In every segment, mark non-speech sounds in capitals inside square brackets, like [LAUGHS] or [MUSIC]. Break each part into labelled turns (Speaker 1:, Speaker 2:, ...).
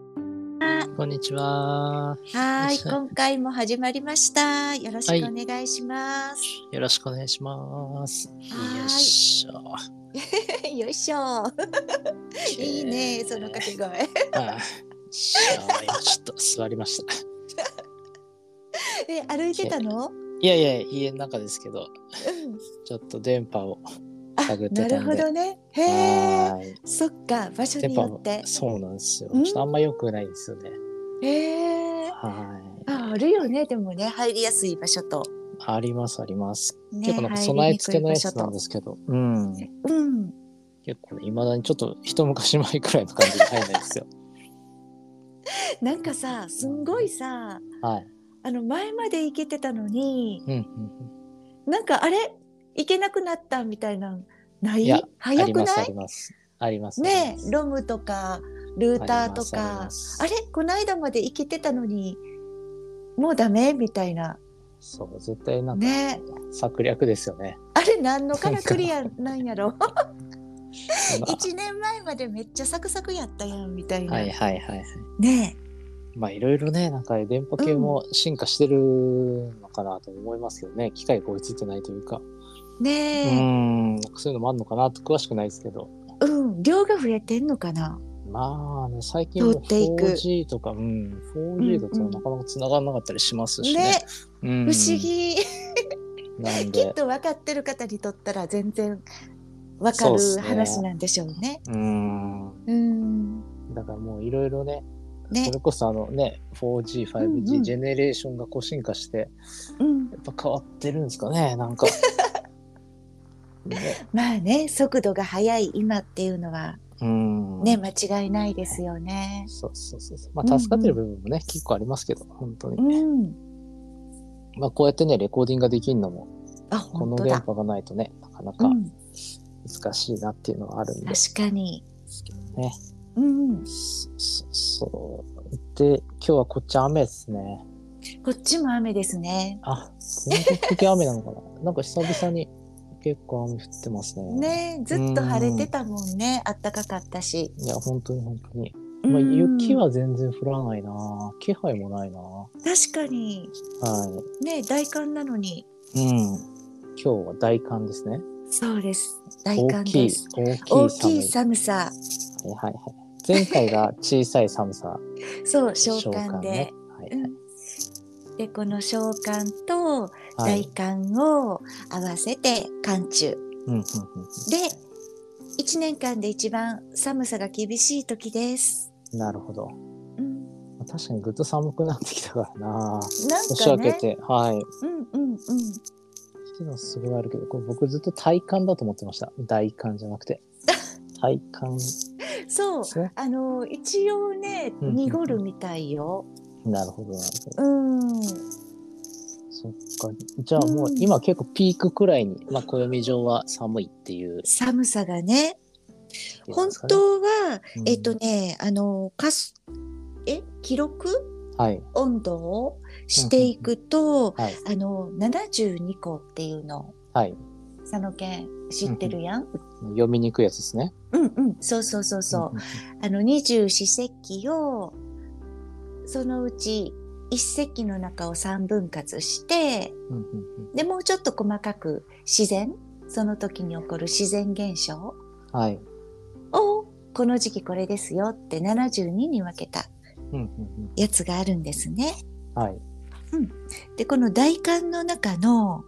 Speaker 1: は。
Speaker 2: こんにちは。 [LAUGHS]
Speaker 1: はい、
Speaker 2: よろしく
Speaker 1: 今回も始まりました。よろしくお願いし
Speaker 2: [LAUGHS]
Speaker 1: ます。
Speaker 2: よろしくお願いします。
Speaker 1: ーい
Speaker 2: よいしょ。
Speaker 1: よいしょ。 [LAUGHS] いいね、その掛け声。 [LAUGHS]
Speaker 2: あーしょ今ちょっと座りました。
Speaker 1: え、歩いてたの？
Speaker 2: いやいや、家の中ですけど、
Speaker 1: うん。
Speaker 2: ちょっと電波を。
Speaker 1: あ、
Speaker 2: 探ってた
Speaker 1: なん
Speaker 2: で
Speaker 1: るほどね。へえ。
Speaker 2: はーい
Speaker 1: そっか、場所
Speaker 2: 電
Speaker 1: に
Speaker 2: 波
Speaker 1: よっ
Speaker 2: も
Speaker 1: て。
Speaker 2: そうなんですよ。ち
Speaker 1: う
Speaker 2: ょ
Speaker 1: ん
Speaker 2: っとあんま良くないんですよね。
Speaker 1: へえ。
Speaker 2: はい。
Speaker 1: あ、あるよね。でもね、入りやすい場所と
Speaker 2: ありますあります。
Speaker 1: ね、
Speaker 2: 結構なんか
Speaker 1: 入り
Speaker 2: 備え
Speaker 1: にく
Speaker 2: 付け
Speaker 1: い
Speaker 2: の
Speaker 1: 場
Speaker 2: や
Speaker 1: 所
Speaker 2: つなん
Speaker 1: と
Speaker 2: で。すけど、うん。
Speaker 1: うん。
Speaker 2: 結構いまだにちょっと一昔前くらいの感じで入んないですよ。
Speaker 1: なんかさ、すんごいさ、
Speaker 2: はい。
Speaker 1: あの前まで行けてたのに、
Speaker 2: うんうんうん。
Speaker 1: なんかあれ行けなくなったみたいなんない
Speaker 2: いやあ
Speaker 1: 早
Speaker 2: り
Speaker 1: く
Speaker 2: ますあ
Speaker 1: ない
Speaker 2: ります。あります。あり
Speaker 1: ね
Speaker 2: ます
Speaker 1: えロムとかルーターと
Speaker 2: あり
Speaker 1: か
Speaker 2: ます
Speaker 1: あれこの間まで生きてたのにもうダメみたいな
Speaker 2: そう、絶対なんか
Speaker 1: ねえ
Speaker 2: 策略ですよね。
Speaker 1: あれ何のからクリアなん
Speaker 2: [LAUGHS]
Speaker 1: やろ
Speaker 2: あの
Speaker 1: 1年前までめっちゃサクサクやったやんみたいな、
Speaker 2: はいはいはいはい。
Speaker 1: ね
Speaker 2: まあいろいろね、なんか電波系も進化してるのかなと思いますけどね、機械が追いついてないというか、う
Speaker 1: えねえ
Speaker 2: ん、そういうのもあるのかなと詳しくないですけど、
Speaker 1: うん、量が増えてんのかな
Speaker 2: まあね、最近も
Speaker 1: 通っていく
Speaker 2: 4G とか、うん、4G だとなかなか繋がらなかったりしますし
Speaker 1: ね
Speaker 2: ね。うん
Speaker 1: 不思。議
Speaker 2: なん
Speaker 1: きっ
Speaker 2: で、
Speaker 1: と分かってる方にとったら全然分か
Speaker 2: そうっ
Speaker 1: る
Speaker 2: すね
Speaker 1: 話なんでしょうね。
Speaker 2: うん。
Speaker 1: うん
Speaker 2: だからもういろいろね、
Speaker 1: ね
Speaker 2: それこそあのね、4G、5G、
Speaker 1: うんうん
Speaker 2: ジェネレーションがこう進化して、
Speaker 1: うん、
Speaker 2: やっぱ変わってるんですかねなん
Speaker 1: [LAUGHS]
Speaker 2: か、ね、
Speaker 1: まあね速度が速い今っていうのは
Speaker 2: うん
Speaker 1: ね間違いないですよね。
Speaker 2: そうそうそうそうまあ助かってる部分もね、結構ありますけど本当に、
Speaker 1: うん、
Speaker 2: まあこうやってねレコーディングができるのも
Speaker 1: あ
Speaker 2: こ
Speaker 1: 本
Speaker 2: の
Speaker 1: 当
Speaker 2: 電
Speaker 1: だ、
Speaker 2: 波がないとねなかな
Speaker 1: う
Speaker 2: か
Speaker 1: ん、
Speaker 2: 難しいなっていうのはあるんで
Speaker 1: 確かに、
Speaker 2: すけどね、
Speaker 1: うん、
Speaker 2: そそそうで今日はこっち雨ですね
Speaker 1: こっちも雨ですね。
Speaker 2: あ全国的雨なのか
Speaker 1: [LAUGHS]
Speaker 2: ななんか久々に結構雨降ってますね
Speaker 1: ねずっと晴れてたもんね、暖かかったし。
Speaker 2: いや本当に本当に、ま
Speaker 1: う
Speaker 2: あ、
Speaker 1: ん
Speaker 2: 雪は全然降らないな気配もないなは
Speaker 1: 確かに
Speaker 2: い
Speaker 1: ね大寒なのに
Speaker 2: うん。今日は大寒ですね。
Speaker 1: そうです大
Speaker 2: 大
Speaker 1: 寒
Speaker 2: き
Speaker 1: で
Speaker 2: い
Speaker 1: す。、
Speaker 2: 大
Speaker 1: 大
Speaker 2: き
Speaker 1: き
Speaker 2: い
Speaker 1: い寒さ
Speaker 2: 寒い。はいはいはい。前回が小さい寒さ。
Speaker 1: そう小寒で、
Speaker 2: ね。
Speaker 1: [LAUGHS]
Speaker 2: はいはい
Speaker 1: でこの小寒と
Speaker 2: は
Speaker 1: 大
Speaker 2: い。
Speaker 1: 寒を合わせて寒中。
Speaker 2: うんうんうん。
Speaker 1: で1年間で一番寒さが厳しい時です。
Speaker 2: なるほど。
Speaker 1: うん、
Speaker 2: 確かにぐっと寒くなってきたからな。
Speaker 1: なん
Speaker 2: 年
Speaker 1: か
Speaker 2: 明け
Speaker 1: ね、
Speaker 2: て、はい。
Speaker 1: うんうんうん、
Speaker 2: っていうのはすごいあるけど、これ僕ずっと体感だと思ってました。大寒じゃなく
Speaker 1: [LAUGHS]
Speaker 2: て。体感です
Speaker 1: そう
Speaker 2: ね。
Speaker 1: あの一応ね
Speaker 2: うんうん
Speaker 1: 濁るみたいよ。
Speaker 2: なるほど、なるほど。
Speaker 1: うん、
Speaker 2: そっか。じゃあもう今結構ピークくらいに、まあ暦上は寒いっていう。
Speaker 1: 寒さがね、本
Speaker 2: 当
Speaker 1: 当はえっとねあのかすえ記録
Speaker 2: はい。
Speaker 1: 温度をしていくと、
Speaker 2: はい。
Speaker 1: あの72個っていうの
Speaker 2: はい。
Speaker 1: 佐野県知ってるやん。
Speaker 2: 読みにくいやつですね。
Speaker 1: うんうん、そうそうそうそう。あの二十四節気をそのうち一節気の中を三分割して
Speaker 2: うんうんうん
Speaker 1: でもうちょっと細かく自然その時に起こる自然現象
Speaker 2: うん。はい。
Speaker 1: をこの時期これですよって72に分けた
Speaker 2: うんうん
Speaker 1: やつがあるんですね。
Speaker 2: うん。はい。
Speaker 1: でこの大寒の中の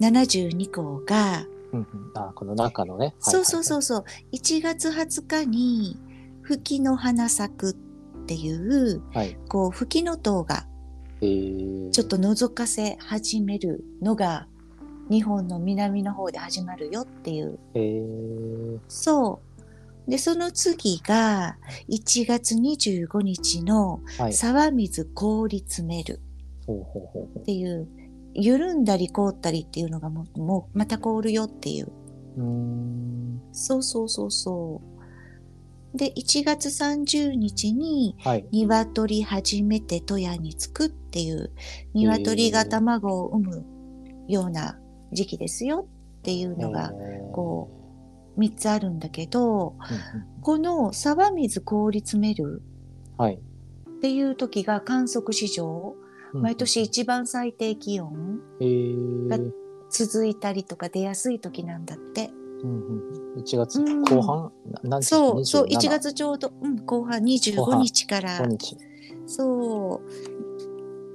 Speaker 1: 72項が、
Speaker 2: うんうん。あ、この中のね。。
Speaker 1: そうそうそううそう1月20日に「吹きの花咲く」っていう
Speaker 2: はい。
Speaker 1: こう吹きの塔が
Speaker 2: えー。
Speaker 1: ちょっと覗かせ始めるのが日本の南の方で始まるよっていう
Speaker 2: えー。
Speaker 1: そうでその次が1月25日の
Speaker 2: はい。
Speaker 1: 沢水凍り詰める
Speaker 2: ほうほうほうほ
Speaker 1: っていう緩んだり凍ったりっていうのがもうもうまた凍るよっていう
Speaker 2: う。うーん。
Speaker 1: そうそうそうそうで1月30日に
Speaker 2: はい。
Speaker 1: 鶏初めて戸屋に着くっていう鶏が卵を産むような時期ですよっていうのがこ3つあるんだけど
Speaker 2: う。うんうん
Speaker 1: この沢水凍り詰める
Speaker 2: はい。
Speaker 1: っていう時が観測史上毎年一番最低気温
Speaker 2: えー
Speaker 1: だ続いたりとか出やすい時なんだって
Speaker 2: うんうん、1月
Speaker 1: うん
Speaker 2: 後半、な何日
Speaker 1: そうそう
Speaker 2: 27
Speaker 1: 1月ちょうど、うん、後半25日から
Speaker 2: 5日、
Speaker 1: そ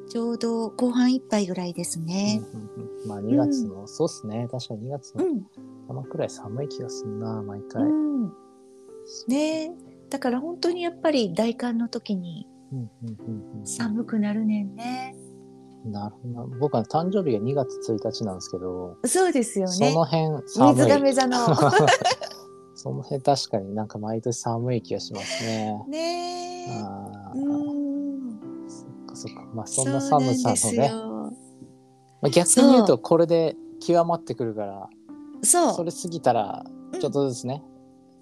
Speaker 1: うちょうど後半いっぱいぐらいですね。
Speaker 2: うんうんうんまあ2月の、そうっすね確かに2月
Speaker 1: う
Speaker 2: の
Speaker 1: ん、
Speaker 2: 頭くらい寒い気がするな毎
Speaker 1: う
Speaker 2: 回、うん
Speaker 1: んねえだから本当にやっぱり大寒の時に
Speaker 2: うんうんうん
Speaker 1: 寒くなるねんね。
Speaker 2: なるほどな僕は誕生日が2月1日なんですけど、
Speaker 1: そうですよ
Speaker 2: そ
Speaker 1: ね
Speaker 2: の。辺寒い
Speaker 1: 水亀座の
Speaker 2: その辺確かになんか毎年寒い気がしますね
Speaker 1: [LAUGHS] ねえ。
Speaker 2: あ
Speaker 1: う
Speaker 2: ー
Speaker 1: ん、
Speaker 2: そっかそっかまあそ
Speaker 1: そ
Speaker 2: ん
Speaker 1: うな
Speaker 2: なん寒さ
Speaker 1: で
Speaker 2: の
Speaker 1: す
Speaker 2: ね、
Speaker 1: よ。
Speaker 2: まあ、逆に言うとこれで極まってくるから
Speaker 1: そう。
Speaker 2: それ過ぎたら
Speaker 1: うん
Speaker 2: ちょっとずつね、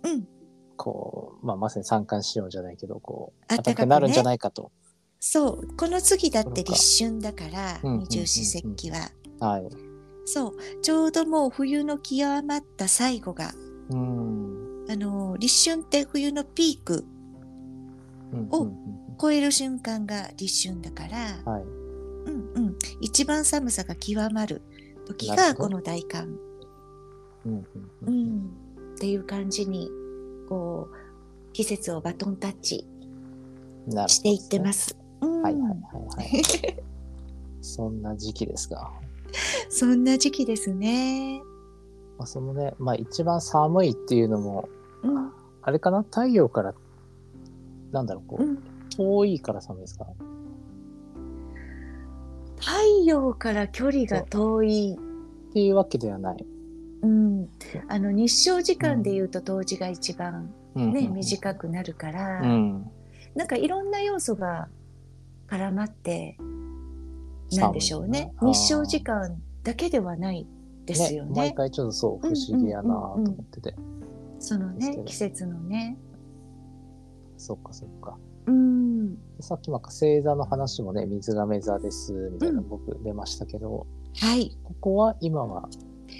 Speaker 1: うん
Speaker 2: こう、まあ、まさに三寒四温じゃないけどこう
Speaker 1: あ
Speaker 2: 暖
Speaker 1: っ
Speaker 2: か
Speaker 1: たか
Speaker 2: く
Speaker 1: く
Speaker 2: なるんじゃ
Speaker 1: ね。
Speaker 2: ないかと、
Speaker 1: そう。この次だって立春だから、
Speaker 2: うんうんうんうん
Speaker 1: 二十四節気は。
Speaker 2: はい
Speaker 1: そう。ちょうどもう冬の極まった最後が、
Speaker 2: うん
Speaker 1: あの、立春って冬のピーク
Speaker 2: うん
Speaker 1: お
Speaker 2: うんうん
Speaker 1: 超える瞬間が立春だから、
Speaker 2: はい
Speaker 1: うんうん、一番寒さが極まる時
Speaker 2: なる
Speaker 1: が
Speaker 2: ほど
Speaker 1: この大寒、
Speaker 2: うんう
Speaker 1: うんん、っていう感じにこう季節をバトンタッチ
Speaker 2: うんなるほど
Speaker 1: していってますす。うん
Speaker 2: ねはいはいはい
Speaker 1: [LAUGHS]
Speaker 2: はいそんな時期ですが、
Speaker 1: そんな時期ですね。
Speaker 2: まあ、そのねまあ一番寒いっていうのも
Speaker 1: うん
Speaker 2: あれかな太陽からなんだろうこ
Speaker 1: う、
Speaker 2: うん遠いから寒いですか
Speaker 1: 太陽から距離が遠い、
Speaker 2: っていうわけではない、
Speaker 1: うん、あの日照時間でいうと冬至が一番、
Speaker 2: うん
Speaker 1: ね
Speaker 2: うんうん
Speaker 1: 短くなるから、
Speaker 2: うん
Speaker 1: なんかいろんな要素が絡まってなんでしょうね。
Speaker 2: 寒い
Speaker 1: 日照時間だけではないですよね
Speaker 2: 毎。回ちょっとそう不思議やなと思ってて、
Speaker 1: その
Speaker 2: ですけ
Speaker 1: ね
Speaker 2: ど
Speaker 1: 季節のね。
Speaker 2: そっかそっか
Speaker 1: うん。
Speaker 2: さっきなんか星座の話もね水亀座ですみたいな
Speaker 1: うん
Speaker 2: 僕出ましたけど、
Speaker 1: はい。
Speaker 2: ここは今は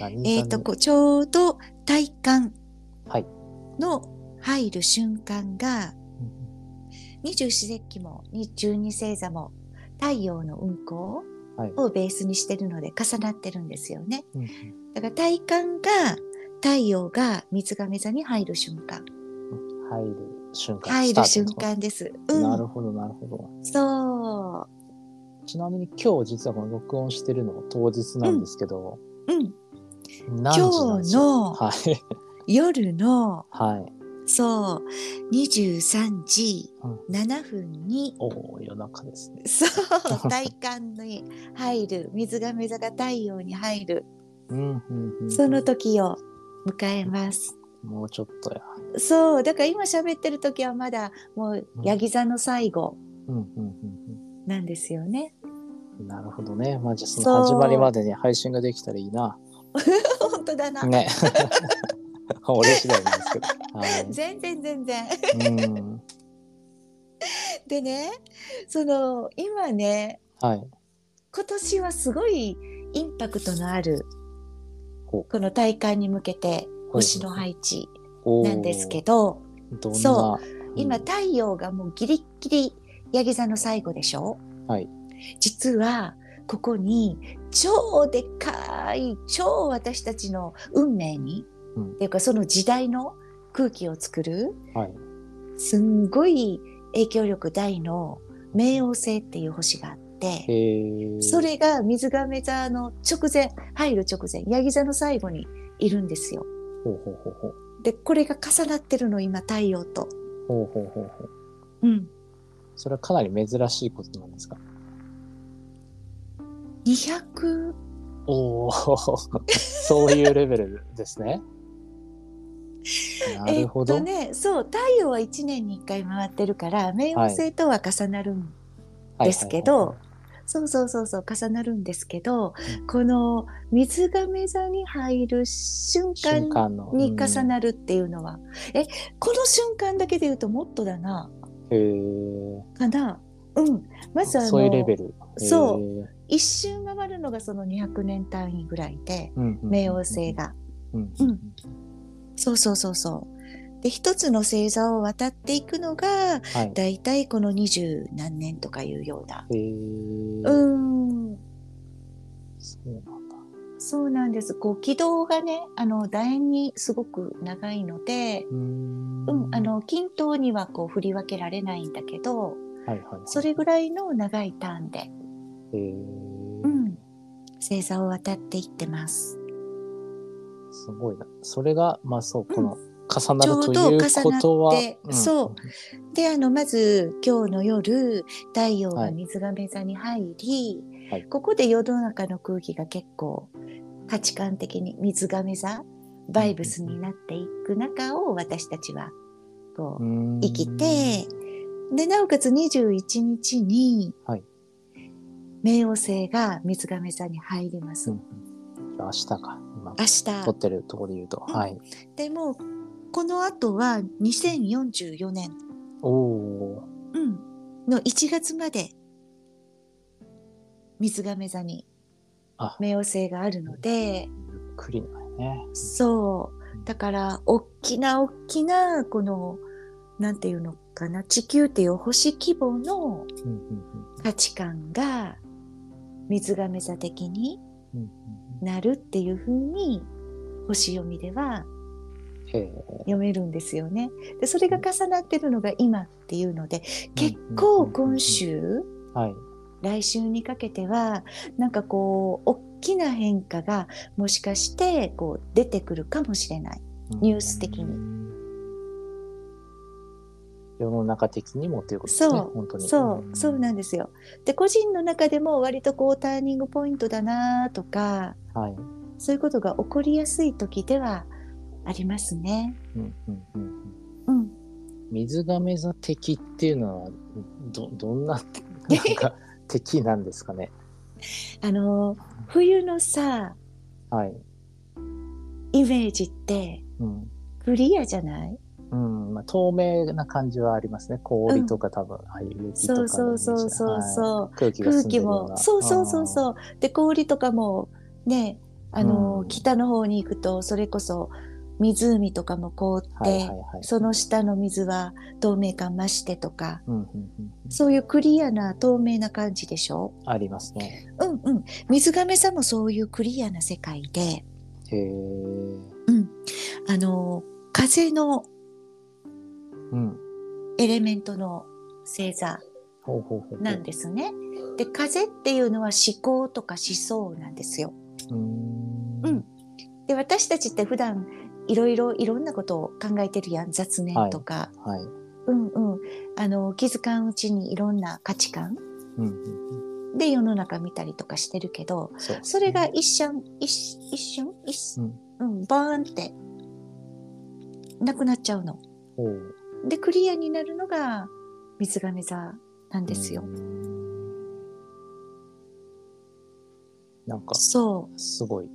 Speaker 2: 何座に
Speaker 1: えっ、とこうちょうど体感
Speaker 2: はい
Speaker 1: の入る瞬間が
Speaker 2: うん
Speaker 1: 二十四節気も二十二星座も太陽の運行
Speaker 2: はい
Speaker 1: をベースにしてるので重なってるんですよね。
Speaker 2: うん
Speaker 1: だから体感が太陽が水亀座に入る瞬間。
Speaker 2: 入る瞬間ス
Speaker 1: 入
Speaker 2: タ
Speaker 1: る
Speaker 2: ート
Speaker 1: 瞬
Speaker 2: のとこ
Speaker 1: 間です。
Speaker 2: な
Speaker 1: う
Speaker 2: る
Speaker 1: ん。
Speaker 2: ほどなるほど
Speaker 1: そ
Speaker 2: ちなみに今日実はこの録音してるの当日なんですけど、
Speaker 1: う。うん。
Speaker 2: 何時なんでしょう
Speaker 1: 今
Speaker 2: はい
Speaker 1: 夜の、
Speaker 2: はい
Speaker 1: そう、23時
Speaker 2: う
Speaker 1: 7分に、
Speaker 2: おお夜中ですね
Speaker 1: そう、体感に入る、水亀座が太陽に入る、
Speaker 2: うんうんうん
Speaker 1: その時を迎えます。
Speaker 2: もうちょっとや
Speaker 1: そう、だから今喋ってる時はまだ、もう、ヤギ座の最後
Speaker 2: うんうんうん
Speaker 1: なんですよね。
Speaker 2: うんなるほどねまあじゃあその始まりまでに配信ができたらいい
Speaker 1: [LAUGHS]
Speaker 2: な
Speaker 1: 本当だな。
Speaker 2: ね。 [LAUGHS] 俺次第なんですけど。は
Speaker 1: 全然全然。 [LAUGHS]
Speaker 2: い。うん。
Speaker 1: でね、その、今ね、
Speaker 2: はい。
Speaker 1: 今年はすごいインパクトのある
Speaker 2: ほ
Speaker 1: この大会に向けて星の配置
Speaker 2: おー
Speaker 1: なんですけど、
Speaker 2: どんな。
Speaker 1: そ
Speaker 2: うん
Speaker 1: 今太陽がもうギリッギリヤギ座の最後でしょ
Speaker 2: はい。
Speaker 1: 実はここに超でかい超私たちの運命に、
Speaker 2: うん
Speaker 1: っていうかその時代の空気を作る
Speaker 2: はい。
Speaker 1: すんごい影響力大の冥王星っていう星があって。
Speaker 2: へー
Speaker 1: そ。れが水亀座の直前、入る直前、ヤギ座の最後にいるんですよ。
Speaker 2: ほうほうほうほう。
Speaker 1: で、これが重なってるの、今、太陽と。
Speaker 2: ほうほうほうほう。
Speaker 1: うん。
Speaker 2: それはかなり珍しいことなんですか。
Speaker 1: 200、
Speaker 2: おお。そういうレベルです
Speaker 1: [LAUGHS]
Speaker 2: ね。なるほ
Speaker 1: え
Speaker 2: ど。
Speaker 1: っとね、そう、太陽は1年に1回回ってるから、冥王星とは重なるん、
Speaker 2: はいはいはい
Speaker 1: ですけど。そうそうそうそう、重なるんですけど、この水亀座に入る瞬
Speaker 2: 瞬
Speaker 1: 間
Speaker 2: 間の。
Speaker 1: に重なるっていうのは、え、この瞬間だけで言うともっとだな、
Speaker 2: うん。へえ。
Speaker 1: かな。うん。まずあの、
Speaker 2: そういうレベル。
Speaker 1: そう
Speaker 2: う。
Speaker 1: 一周回るのがその200年単位ぐらいで
Speaker 2: うんうんうん
Speaker 1: 冥王星。が
Speaker 2: うん。
Speaker 1: そうそうそうそうで一つの星座を渡っていくのが
Speaker 2: はい。
Speaker 1: だいたいこの二十何年とかいうような。
Speaker 2: えー、
Speaker 1: うーん
Speaker 2: そうなんだ。
Speaker 1: そうなんです。こう軌道がね、あの楕円にすごく長いので、
Speaker 2: うーん
Speaker 1: うん、あ、の均等にはこう振り分けられないんだけど、
Speaker 2: はいはいはい、
Speaker 1: それぐらいの長いターンで、
Speaker 2: えー
Speaker 1: うん、星座を渡っていってます。
Speaker 2: すごいな。それが、まあそう、
Speaker 1: うん
Speaker 2: この、重な
Speaker 1: ちょ
Speaker 2: る
Speaker 1: う
Speaker 2: と
Speaker 1: ど
Speaker 2: い
Speaker 1: 重
Speaker 2: う
Speaker 1: なって
Speaker 2: ことは、
Speaker 1: そうで、あのまず今日の夜、太陽が水亀座に入り、
Speaker 2: はい
Speaker 1: ここで世の中の空気が結構価値観的に水亀座バイブスになっていく中を私たちはこう。
Speaker 2: うん
Speaker 1: 生き、て、で、なおかつ21日に、
Speaker 2: はい
Speaker 1: 冥王星が水亀座に入ります。
Speaker 2: うん明日か、今、
Speaker 1: 明
Speaker 2: 撮っ
Speaker 1: 日。
Speaker 2: てるところで言うと。
Speaker 1: うん
Speaker 2: はい。
Speaker 1: でも、この後は2044年、
Speaker 2: おお
Speaker 1: うんの1月まで、水亀座に
Speaker 2: あ
Speaker 1: 冥王星があるので、
Speaker 2: ー、ゆっくりだよね。
Speaker 1: そう。だから、大きな大きな、この、なんていうのかな、地球っていう星規模の、
Speaker 2: うんうん
Speaker 1: 価値観が水亀座的に
Speaker 2: うんうんうん
Speaker 1: なるっていう風に星読みでは
Speaker 2: へえ
Speaker 1: 読めるんですよね。でそれが重なってるのが今っていうので結
Speaker 2: うんうんうんう
Speaker 1: 構
Speaker 2: ん
Speaker 1: 今週
Speaker 2: はい。
Speaker 1: 来週にかけてはなんかこう大きな変化がもしかしてこう出てくるかもしれない。ニュース的に
Speaker 2: に。世の中的にもっていうことですね。
Speaker 1: そう
Speaker 2: 本当に。
Speaker 1: そうそうなん
Speaker 2: で
Speaker 1: ですよ。で個人の中でも割とこうターニングポイントだなとか
Speaker 2: す。はい。
Speaker 1: そういうことが起こりやすい時ではありますね。
Speaker 2: うんうんうんうん。
Speaker 1: うん。
Speaker 2: 水亀座的っていうのは、ど、ど
Speaker 1: [LAUGHS]
Speaker 2: んな、なんか、敵なんですかね。
Speaker 1: あのー、冬のさ、
Speaker 2: はい。
Speaker 1: イメージって
Speaker 2: うん。
Speaker 1: クリアじゃない
Speaker 2: うん。まあ、透明な感じはありますね。氷とか多分、ああいう雪とか
Speaker 1: そ
Speaker 2: の
Speaker 1: うそうそうそう
Speaker 2: う。
Speaker 1: そう。
Speaker 2: 空気が
Speaker 1: 空
Speaker 2: 澄んで
Speaker 1: 気
Speaker 2: るよう
Speaker 1: も、
Speaker 2: な
Speaker 1: そうそうそうそ。う。で、氷とかもね、あのー、
Speaker 2: うん
Speaker 1: 北の方に行くと、それこそ湖とかも凍って、
Speaker 2: あーはいはいはい。
Speaker 1: その下の水は透明感増してとか、
Speaker 2: うんうんうんうん。
Speaker 1: そういうクリアな透明な感じでしょ
Speaker 2: ありますね。
Speaker 1: うんうん。水亀座もそういうクリアな世界で、
Speaker 2: へえ。
Speaker 1: うん、あの風の
Speaker 2: うん。
Speaker 1: エレメントの星座
Speaker 2: ほうほうほうほう。
Speaker 1: なんですね。で風っていうのは思考とか思想なんですよ。
Speaker 2: うーん
Speaker 1: うんで私たちって普段いろいろいろんなことを考えてるやん雑念とか、
Speaker 2: はい。
Speaker 1: うんうんあの気づかんうちにいろんな価値観
Speaker 2: うんうんうん。
Speaker 1: で世の中見たりとかしてるけど
Speaker 2: そう
Speaker 1: それが、一瞬一一瞬一瞬、うんバーンってなくなっちゃうの。
Speaker 2: ほう
Speaker 1: でクリアになるのが水亀座なんですよ。。
Speaker 2: うんなんか、
Speaker 1: そ
Speaker 2: す
Speaker 1: [LAUGHS]
Speaker 2: ごい。
Speaker 1: う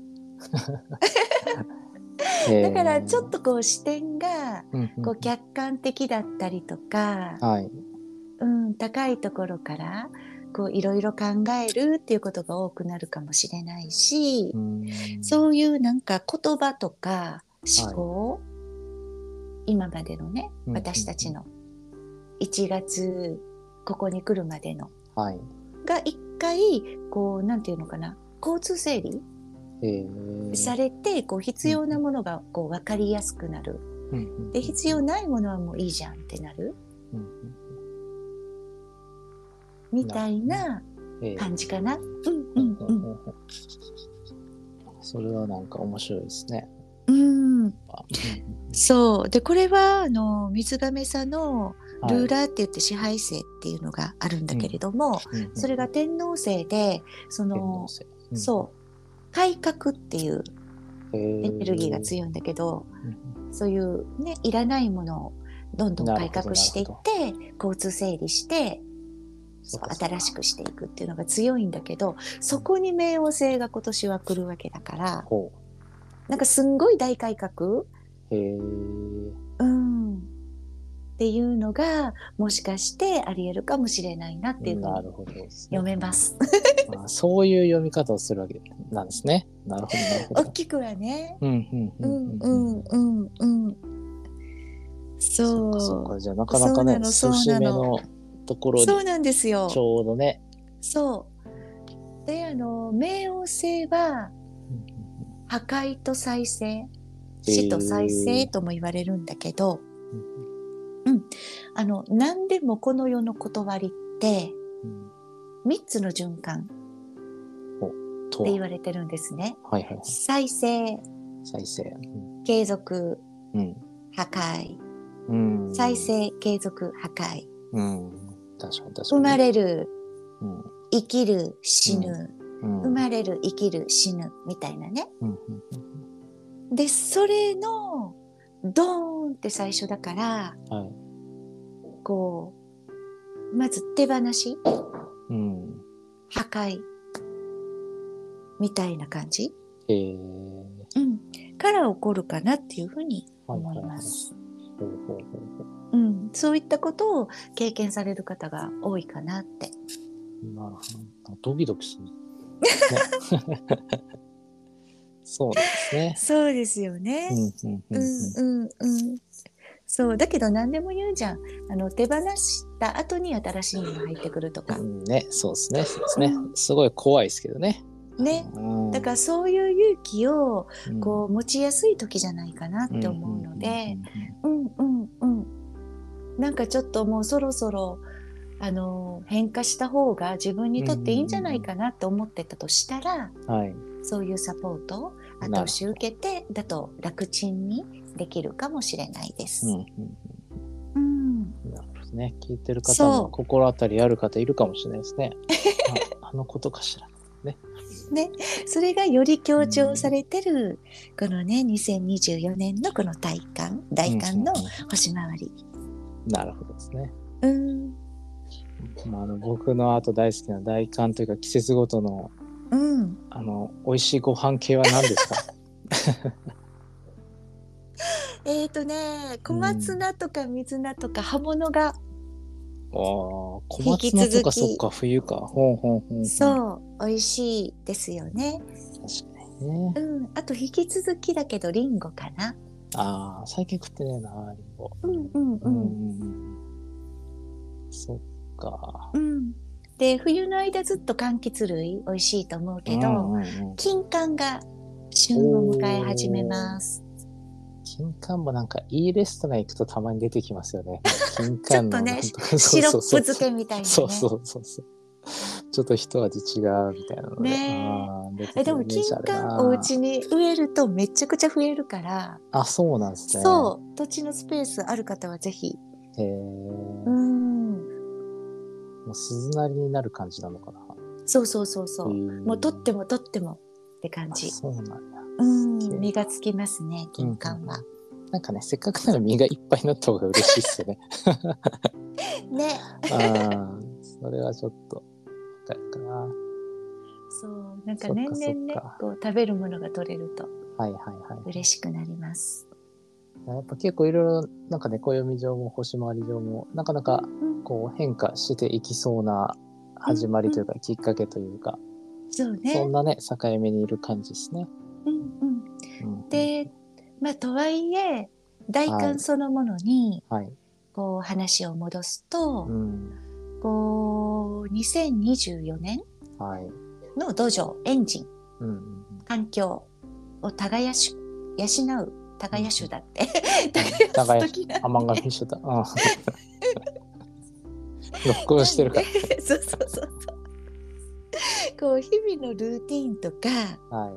Speaker 2: へ
Speaker 1: だ
Speaker 2: ー
Speaker 1: からちょっ、とこう視点が
Speaker 2: うんうん
Speaker 1: こう客観的だったりとか、
Speaker 2: はい。
Speaker 1: うん、高いところからこういろいろ考えるっていうことが多くなるかもしれないし、
Speaker 2: うん。
Speaker 1: そういうなんか言葉とか思考、今までのね
Speaker 2: うんうん
Speaker 1: 私たちの1月ここに来るまでの
Speaker 2: はい。
Speaker 1: が一回こうなんていうのかな交通整理
Speaker 2: えー
Speaker 1: されてこう必要なものがこう分かりやすくなる
Speaker 2: うんうん
Speaker 1: で必要ないものはもういいじゃんってなる
Speaker 2: うんうん
Speaker 1: みたいな
Speaker 2: えー
Speaker 1: 感じかな。うん
Speaker 2: ほう
Speaker 1: う
Speaker 2: ほ
Speaker 1: ん
Speaker 2: うほうそれはなんか面白いですね。
Speaker 1: うん、うん、
Speaker 2: あうん
Speaker 1: そうでこれはあの水亀座の
Speaker 2: うん
Speaker 1: ルーラーって言って支配性っていうのがあるんだけれども、
Speaker 2: はいうんうん
Speaker 1: それが天皇星でそ
Speaker 2: 天
Speaker 1: の
Speaker 2: 皇、制うん
Speaker 1: そう改革っていう
Speaker 2: へー
Speaker 1: エネルギーが強いんだけど、
Speaker 2: うん
Speaker 1: そういうねいらないものをどんどん改
Speaker 2: なるほど
Speaker 1: 革していって交通整理して
Speaker 2: そうかそうか
Speaker 1: 新しくしていくっていうのが強いんだけどそこに冥王星が今年は来るわけだから
Speaker 2: ほ
Speaker 1: なんかすんごい大改革、
Speaker 2: う。へー
Speaker 1: うん、っていうのがもしかしてありえるかもしれないなっていうふう
Speaker 2: な
Speaker 1: に
Speaker 2: るほどですね、
Speaker 1: 読めます。
Speaker 2: あそういう読み方をするわけなんですね。なるほ
Speaker 1: [LAUGHS]
Speaker 2: ど、なるほ
Speaker 1: 大
Speaker 2: ど。
Speaker 1: きくはね。
Speaker 2: うん、うん、
Speaker 1: うんうんうんうん。
Speaker 2: そっかそっ
Speaker 1: そ
Speaker 2: かじゃあなかなかね
Speaker 1: そうなの
Speaker 2: 節目
Speaker 1: そうな
Speaker 2: のところ
Speaker 1: う
Speaker 2: にち
Speaker 1: そうなんですよ。
Speaker 2: ょうどね
Speaker 1: そう。で、あの、冥王星は破壊と再生、死と再生とも言われるんだけど、あの、何でもこの世の断りって、
Speaker 2: うん
Speaker 1: 三つの循環
Speaker 2: と
Speaker 1: って言われてるんですね。
Speaker 2: はいはい
Speaker 1: 再生、
Speaker 2: 再生うん
Speaker 1: 継続、
Speaker 2: うん
Speaker 1: 破壊。
Speaker 2: うん
Speaker 1: 再生、継続、破壊。
Speaker 2: うん確かに確かに
Speaker 1: 生まれる、
Speaker 2: うん
Speaker 1: 生きる、死ぬ。
Speaker 2: うん
Speaker 1: 生まれる、生きる、死ぬ。みたいなね。
Speaker 2: うんうん
Speaker 1: で、それの、ドーンって最初だから、
Speaker 2: うんはい
Speaker 1: こう、まず手放し、
Speaker 2: うん
Speaker 1: 破壊、みたいな感じ、
Speaker 2: えー
Speaker 1: うん、から起こるかなっていうふうに
Speaker 2: はい
Speaker 1: 思
Speaker 2: はい
Speaker 1: い
Speaker 2: はい
Speaker 1: ます。
Speaker 2: ほうほうほうほ
Speaker 1: うん、そういったことを経験される方が多いかなって。
Speaker 2: うなるほどドキドキす
Speaker 1: [LAUGHS]
Speaker 2: るねそうなんですね
Speaker 1: そうですよね
Speaker 2: うんうん
Speaker 1: う
Speaker 2: うん
Speaker 1: ん
Speaker 2: うん
Speaker 1: うんうん。そうだけど何でも言うじゃん。あの手放した後に新しいのが入ってくるとか
Speaker 2: う。んね、そうですね、そうですね。すごい怖いですけどね。
Speaker 1: ね。
Speaker 2: うん
Speaker 1: だからそういう勇気を
Speaker 2: うん
Speaker 1: こう持ちやすい時じゃないかなって思うので、うんうんうん。なんかちょっともうそろそろあの変化した方が自分にとっていいんじゃないかなって思ってたとしたら、
Speaker 2: うんうんうんはい、
Speaker 1: そういうサポート
Speaker 2: なるほど
Speaker 1: 後押し受けてだと楽ちんにできるかもしれないです。
Speaker 2: うんう
Speaker 1: うん
Speaker 2: ん。なるほどね。聞いてる方
Speaker 1: そ
Speaker 2: も
Speaker 1: う
Speaker 2: 心当たりある方いるかもしれないです
Speaker 1: [LAUGHS]
Speaker 2: ね。ああのことかしら。
Speaker 1: それがより強調されてる、このね2024年のこの体感大寒の
Speaker 2: うんうん
Speaker 1: 星回り、
Speaker 2: うんなるほどですね。
Speaker 1: うん
Speaker 2: まあ、あの僕のアート大好きな大寒というか季節ごとの
Speaker 1: うん、
Speaker 2: あの美味しいご飯系は何ですか？
Speaker 1: えっ、とね小松菜とか水菜とか葉物が、
Speaker 2: ああ、小松菜とか
Speaker 1: 引き続き
Speaker 2: そっか冬か。ほんほんほんほん。う。
Speaker 1: そう美味しいですよね、
Speaker 2: 確かにね
Speaker 1: う。ん、あと引き続きだけどリンゴかな
Speaker 2: ああ、最近食ってねえなリンゴ。
Speaker 1: うんうん
Speaker 2: う
Speaker 1: うん
Speaker 2: うんんうんそっか。
Speaker 1: うんで冬の間ずっと柑橘類美味しいと思うけど、
Speaker 2: うんうんうん
Speaker 1: 金柑が旬を迎え始めます
Speaker 2: 金柑もなんかいいレストラン行くとたまに出てきますよ
Speaker 1: [LAUGHS]
Speaker 2: ね。金
Speaker 1: ち
Speaker 2: 柑
Speaker 1: ょっと
Speaker 2: の
Speaker 1: ねシ
Speaker 2: シ
Speaker 1: ロップ漬けみたいなね
Speaker 2: そうそうそうそう。ちょっと一味違うみたいなので。
Speaker 1: ねえ
Speaker 2: あー出てくる
Speaker 1: えでも
Speaker 2: イメー
Speaker 1: 金
Speaker 2: ジあるな
Speaker 1: 柑お家に植えるとめちゃくちゃ増えるから、
Speaker 2: あ、そうなんですね。
Speaker 1: そう土地のスペースある方はぜひ
Speaker 2: へえ
Speaker 1: うん
Speaker 2: もう鈴なりになる感じなのかな。
Speaker 1: そうそうそうそう、も
Speaker 2: も
Speaker 1: う取っても取ってもって感じ
Speaker 2: そうなんや。
Speaker 1: うん
Speaker 2: すげえ
Speaker 1: 実がつきますね金柑は、
Speaker 2: なんかね、せっかくなら実がいっぱいになった方が嬉しいっすよ
Speaker 1: [LAUGHS]
Speaker 2: ね。
Speaker 1: ね
Speaker 2: ああ、それはちょっと、わかるかな。
Speaker 1: そうなんか
Speaker 2: そっか
Speaker 1: 年々ね
Speaker 2: そっか
Speaker 1: こう食べるものが取れると
Speaker 2: はいはいはい。
Speaker 1: 嬉しくなります
Speaker 2: やっぱ結構いろいろ、なんかね、暦上も星回り上も、なかなか
Speaker 1: うん
Speaker 2: こう変化していきそうな始まりというか、きっかけというか、
Speaker 1: そうね
Speaker 2: そんなね、境目にいる感じですね。
Speaker 1: うんうん
Speaker 2: うん、
Speaker 1: でまあとはいえ大
Speaker 2: はい
Speaker 1: 寒そのものに
Speaker 2: はい。
Speaker 1: こう話を戻すと、
Speaker 2: うん。
Speaker 1: こう2024年
Speaker 2: はい。
Speaker 1: の土壌エンジン
Speaker 2: うんうん
Speaker 1: 環境を耕し養う耕しゅだって
Speaker 2: 耕
Speaker 1: 耕
Speaker 2: し
Speaker 1: す時な
Speaker 2: うん。甘がみしてた。うん。
Speaker 1: [LAUGHS]
Speaker 2: 録音してるか
Speaker 1: なんで [LAUGHS] そうそうそうそうこう日々のルーティンとか
Speaker 2: ら。はい。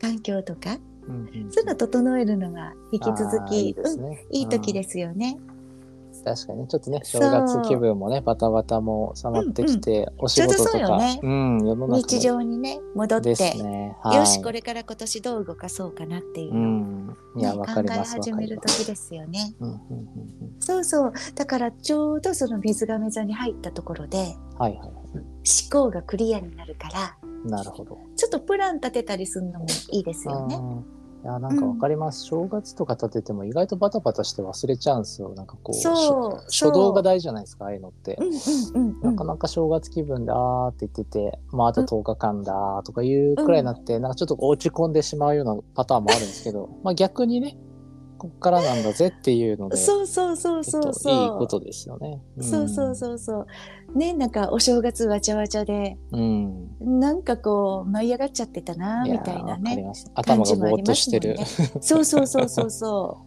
Speaker 1: 環境とか
Speaker 2: うんうん
Speaker 1: そういうのを整えるのが引き続
Speaker 2: あー
Speaker 1: き
Speaker 2: いいです
Speaker 1: うん
Speaker 2: ね。。
Speaker 1: いい時ですすよね。
Speaker 2: 確かにね、ちょっとね、
Speaker 1: そ
Speaker 2: 正
Speaker 1: う
Speaker 2: 月気分もね、バタバタも収まってきて、お仕事と
Speaker 1: ちょうどそうよ
Speaker 2: か
Speaker 1: ね、
Speaker 2: うん、世の中も
Speaker 1: 日常にね戻って、
Speaker 2: ですね。はい
Speaker 1: よしこれから今年どう動かそうかなっていう
Speaker 2: う
Speaker 1: のを、
Speaker 2: ん。いや、
Speaker 1: ね
Speaker 2: わ
Speaker 1: 考
Speaker 2: かり
Speaker 1: え
Speaker 2: ます。わ
Speaker 1: 始
Speaker 2: か
Speaker 1: め
Speaker 2: り
Speaker 1: る
Speaker 2: ます。
Speaker 1: 時ですよね。
Speaker 2: うんうんうん
Speaker 1: そうそうだからちょうどその水亀座に入ったところで
Speaker 2: うんはいはいは
Speaker 1: 思考がクリアになるから
Speaker 2: い。なるほど。
Speaker 1: ちょっとプラン立てたりするのもいいですよね。
Speaker 2: うんいや、なんかわかります。正月とか立てても意外とバタバタして忘れちゃうんですよ。なんかこう、初
Speaker 1: そう
Speaker 2: 初動が大事じゃないですか、ああいうのって
Speaker 1: う。んうんうんう
Speaker 2: なんかなか正月気分で、あーって言ってて、まああと10日間だとかいうくらいになって、なんかちょっと落ち込んでしまうようなパターンもあるんですけど、まあ逆にね、こっからなんだぜっていうので、
Speaker 1: そうそうそう
Speaker 2: ちょ
Speaker 1: そう
Speaker 2: っといいこ
Speaker 1: そ
Speaker 2: とですよね。
Speaker 1: う。そうそうそうそう。ね、なんかお正月わちゃわちゃで、
Speaker 2: うん。
Speaker 1: なんかこう舞い上がっちゃってたな
Speaker 2: うん。
Speaker 1: みたいな
Speaker 2: やーわかり
Speaker 1: ね。
Speaker 2: ます。頭がぼーっとしてる
Speaker 1: 感じもありますもんね。そうそうそうそ
Speaker 2: [LAUGHS]
Speaker 1: うそ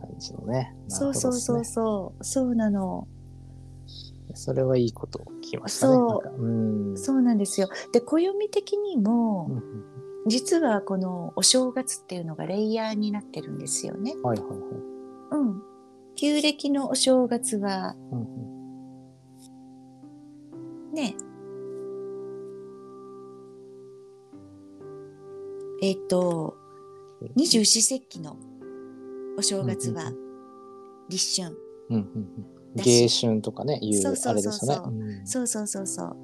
Speaker 2: 感じのね。
Speaker 1: う。そうそう
Speaker 2: なるほど
Speaker 1: そ
Speaker 2: で
Speaker 1: う
Speaker 2: す
Speaker 1: そう。そうなの。
Speaker 2: ね。それはいいことを聞きましたね。
Speaker 1: そう
Speaker 2: なんかうん。
Speaker 1: そうなんですよ。で、暦的にも、
Speaker 2: うんうん
Speaker 1: 実はこのお正月っていうのがレイヤーになってるんですよね。
Speaker 2: はいはいはい。
Speaker 1: うん。旧暦のお正月は
Speaker 2: うんうん
Speaker 1: ね、えっ、と、二十四節気のお正月は立春。
Speaker 2: うんうんうん。
Speaker 1: だし
Speaker 2: 芸春とかね、い
Speaker 1: そううそ
Speaker 2: あ
Speaker 1: う
Speaker 2: れ
Speaker 1: そ
Speaker 2: で
Speaker 1: う
Speaker 2: す
Speaker 1: そう
Speaker 2: よね。うん
Speaker 1: そうそうそうそう。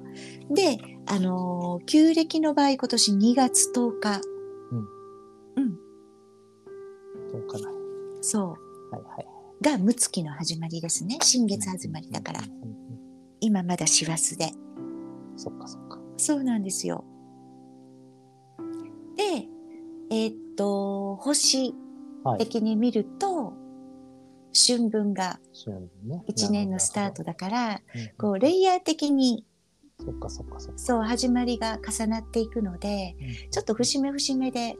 Speaker 1: で、あのー旧暦の場合、今年2月10日。
Speaker 2: うん。
Speaker 1: うん、
Speaker 2: そうかな。は
Speaker 1: そう。
Speaker 2: いはい。
Speaker 1: が六月の始まりですね。新月始まりだから
Speaker 2: うん。うんうん
Speaker 1: 今まだ師走で。
Speaker 2: うん。そっかそっか。
Speaker 1: そうなんですよ。で、えーっと、星
Speaker 2: はい。
Speaker 1: 的に見ると、春分が
Speaker 2: そうね
Speaker 1: 1年のスター。トだから、
Speaker 2: なるほ
Speaker 1: こ
Speaker 2: ど
Speaker 1: う、レイヤー的に、
Speaker 2: うんうんそっかそっかそっか。
Speaker 1: そう、始まりが重なっていくので、ちょっと節目節目で、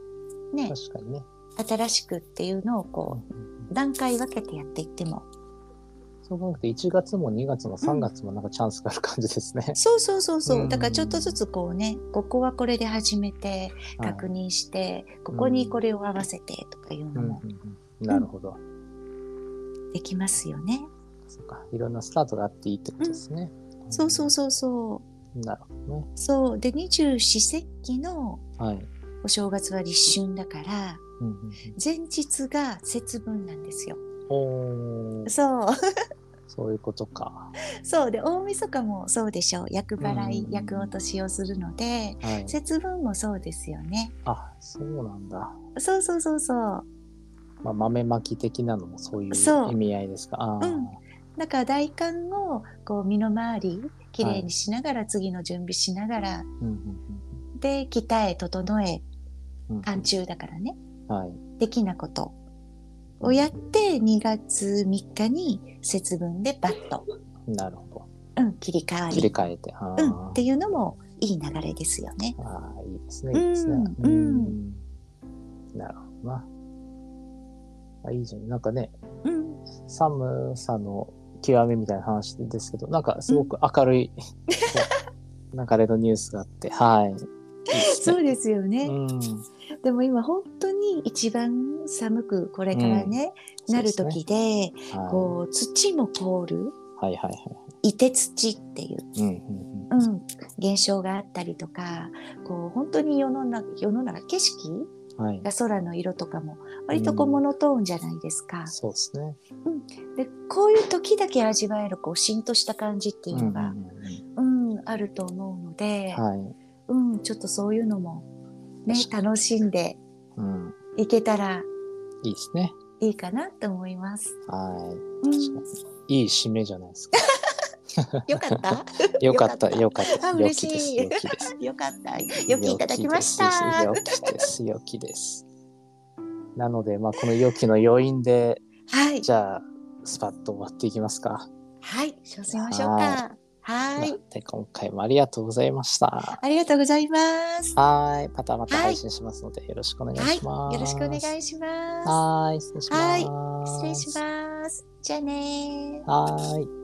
Speaker 1: ね、
Speaker 2: 確かにね。
Speaker 1: 新しくっていうのを
Speaker 2: うん
Speaker 1: こ
Speaker 2: うんうん
Speaker 1: う段階分けてやっていっても
Speaker 2: そう考えると1月も2月も3月もなんかチャンスがある感じですね。
Speaker 1: そうそうそうそううんだからちょっとずつこうねここはこれで始めて
Speaker 2: はい
Speaker 1: [LAUGHS] 確認してここにこれを合わせてとかいう
Speaker 2: う
Speaker 1: の
Speaker 2: んうん
Speaker 1: も
Speaker 2: うんなるほど。
Speaker 1: できますよね。
Speaker 2: そうか。いろんなスタートがあっていいってことですね。。
Speaker 1: そうそうそうそう
Speaker 2: なるほどね
Speaker 1: う。そうで二十四節気の
Speaker 2: はい。
Speaker 1: お正月は立春だから
Speaker 2: うんうん
Speaker 1: 前日が節分なんですよ。
Speaker 2: うんおー
Speaker 1: そう [LAUGHS]
Speaker 2: そういうことか。
Speaker 1: そうで大晦日もそうでしょう厄払い
Speaker 2: うん
Speaker 1: 厄落としをするので
Speaker 2: はい。
Speaker 1: 節分もそうですよね。
Speaker 2: あ、そうなんだ。
Speaker 1: そうそうそうそう。
Speaker 2: まあ、豆まき的なのもそういう
Speaker 1: そう
Speaker 2: 意味合いですか。あー
Speaker 1: うんだから大寒をこう身の回りきれいにしながら、次の準備しながら
Speaker 2: うんうん
Speaker 1: で鍛え整え
Speaker 2: うんうん
Speaker 1: 寒中だからね
Speaker 2: はい。
Speaker 1: できなことをやって2月3日に節分でバッと、
Speaker 2: なるほ
Speaker 1: うん、切り替わ
Speaker 2: ど。
Speaker 1: り
Speaker 2: 切り替えて。あー
Speaker 1: うん、っていうのもいい流れですよね。
Speaker 2: ああ、いいですね、いいですね。
Speaker 1: うんうん
Speaker 2: んなるほどな。あいいじゃん。なんかね、
Speaker 1: うん、
Speaker 2: 寒さの極みみたいな話ですけど、なんかすごく明るい、 [LAUGHS] 流れのニュースがあって、はい。
Speaker 1: そううですよ
Speaker 2: で
Speaker 1: ね、
Speaker 2: うん、
Speaker 1: でも今本当に一番寒くこれからね、なる時で
Speaker 2: そうですねは
Speaker 1: こう土も凍る
Speaker 2: い、はいはいは
Speaker 1: 凍て土っていう
Speaker 2: い。うんうんうん
Speaker 1: うん、現象があったりとかこう本当に世の中世の中景色
Speaker 2: はい
Speaker 1: が。空の色とかも割とこうモノトーンじゃないですか、
Speaker 2: そうですね。
Speaker 1: でこういう時だけ味わえるこうしんとした感じっていうのが、
Speaker 2: うんうん
Speaker 1: うんあると思うので、
Speaker 2: うんはい。
Speaker 1: うん、ちょっとそういうのも、ね、
Speaker 2: 確
Speaker 1: 楽しんで
Speaker 2: うん。
Speaker 1: いけたら
Speaker 2: いいですね。
Speaker 1: いいかなと思います。
Speaker 2: はい。
Speaker 1: うん、
Speaker 2: 確かにいい締めじゃないですか。
Speaker 1: よか [LAUGHS] った
Speaker 2: よかった、よ
Speaker 1: よ
Speaker 2: かった。
Speaker 1: あ
Speaker 2: 良
Speaker 1: 嬉し
Speaker 2: きです。
Speaker 1: い
Speaker 2: 良き
Speaker 1: [LAUGHS]
Speaker 2: です。
Speaker 1: よかったよきいただきました。
Speaker 2: 良きです。良きです。なので、まあ、この良きの余韻で、
Speaker 1: はい
Speaker 2: じゃあ、スパッと終わっていきますか。
Speaker 1: はい挑戦ましょうか。はい
Speaker 2: なので、今回もありがとうございました。
Speaker 1: ありがとうございます。
Speaker 2: はい、またまた配信しますので、よろしくお願い
Speaker 1: はい、
Speaker 2: します。
Speaker 1: よろしくお願
Speaker 2: し
Speaker 1: いします。
Speaker 2: はい、失礼します。
Speaker 1: 失礼します。じゃあねー。
Speaker 2: ます。はい。